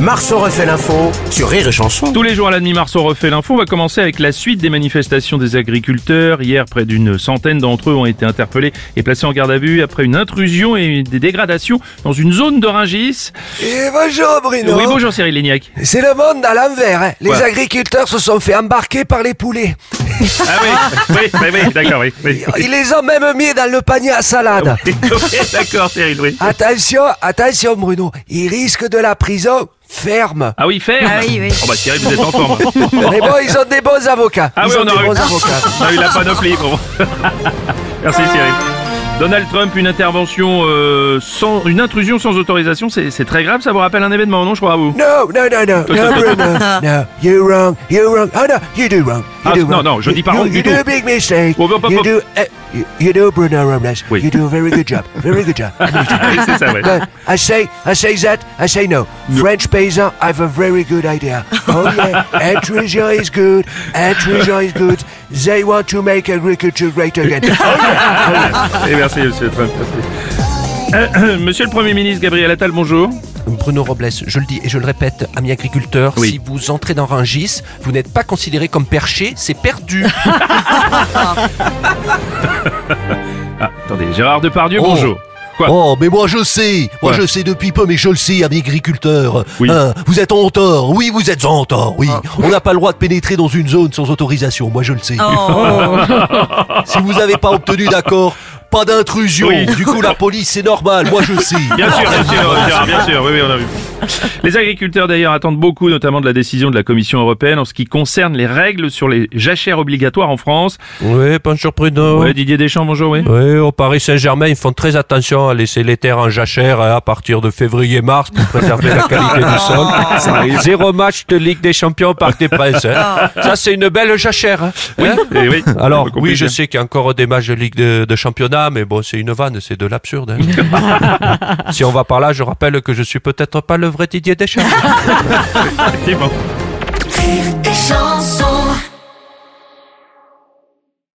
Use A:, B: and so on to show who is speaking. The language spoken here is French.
A: Marceau refait l'info sur Rire et Chanson.
B: Tous les jours à la demi-mars, on refait l'info. On va commencer avec la suite des manifestations des agriculteurs. Hier, près d'une centaine d'entre eux ont été interpellés et placés en garde à vue après une intrusion et des dégradations dans une zone de Rungis.
C: Et Eh, bonjour Bruno
B: Oui, bonjour Cyril Lignac.
C: C'est le monde à l'envers. hein. Les
B: Ouais.
C: agriculteurs se sont fait embarquer par les poulets.
B: Ah oui, oui, oui, oui, d'accord, oui. oui.
C: Ils les ont même mis dans le panier à salade.
B: Ah Ok, d'accord, Cyril, oui.
C: Attention, attention Bruno, ils risquent de la prison ferme.
B: Ah oui, ferme
D: Ah oui, oui.
B: Oh bah Cyril, vous êtes en forme.
C: Mais bon, ils ont des bons avocats.
B: Ah
C: ils
B: oui,
C: ont
B: on
C: des
B: aurait eu-
C: bons avocats.
B: On a eu la panoplie, bon. Merci Cyril. Donald Trump, une intervention euh, sans, une intrusion sans autorisation, c'est c'est très grave, ça vous rappelle un événement, non, je crois à vous
C: No, no, no, no, no, Bruno, no, you're wrong, you're wrong. Oh no, you do wrong. You
B: Ah,
C: do
B: non,
C: wrong.
B: non, je
C: You-
B: dis pas wrong
C: you,
B: du
C: you do
B: tout.
C: a big mistake.
B: Bon, bon, bon,
C: you
B: bon.
C: do, eh, you, you do Bruno Robles.
B: Oui. Ah,
C: You do a very good job, very good job.
B: Oui, c'est ça, ouais.
C: But I say, I say that, I say no. French paysan, I have a very good idea. Oh yeah, intrusion is good, intrusion is good. They want to make agriculture great again. Oh.
B: Et merci, monsieur Trump. merci. Euh, Monsieur le Premier ministre Gabriel Attal, bonjour.
E: Bruno Robles, je le dis et je le répète, amis agriculteurs,
B: Oui.
E: si vous entrez dans Rungis, vous n'êtes pas considéré comme perché, c'est perdu.
B: Ah, attendez, Gérard Depardieu,
F: Oh.
B: bonjour. Quoi
F: Oh, mais moi je sais, moi
B: Ouais.
F: je sais depuis peu, mais je le sais, amis agriculteurs. Hein,
B: Oui.
F: vous êtes en tort, oui, vous êtes en tort, oui. On n'a pas le droit de pénétrer dans une zone sans autorisation, moi je le sais. Si vous n'avez pas obtenu d'accord, pas d'intrusion.
B: Oui.
F: Du coup, la police, c'est normal, moi je sais.
B: Bien sûr, bien sûr, euh, Gérard, bien sûr, oui, oui, on a vu. Les agriculteurs d'ailleurs attendent beaucoup, notamment de la décision de la Commission européenne en ce qui concerne les règles sur les jachères obligatoires en France.
E: oui, bonjour Bruno.
B: Ouais, Didier Deschamps, bonjour, oui.
E: Oui, au Paris Saint-Germain, ils font très attention à laisser les terres en jachère hein, à partir de février-mars pour préserver la qualité du sol. Zéro match de Ligue des Champions par des Princes. hein. Ça, c'est une belle jachère. hein. Hein
B: Eh oui,
E: Alors,
B: on comprend
E: oui, je
B: bien.
E: sais qu'il y a encore des matchs de Ligue de, de Championnat, mais bon, c'est une vanne, c'est de l'absurde. hein. si on va par là, je rappelle que je suis peut-être pas le vrai Didier Deschamps.
B: hein. Effectivement.
G: Rire et chanson.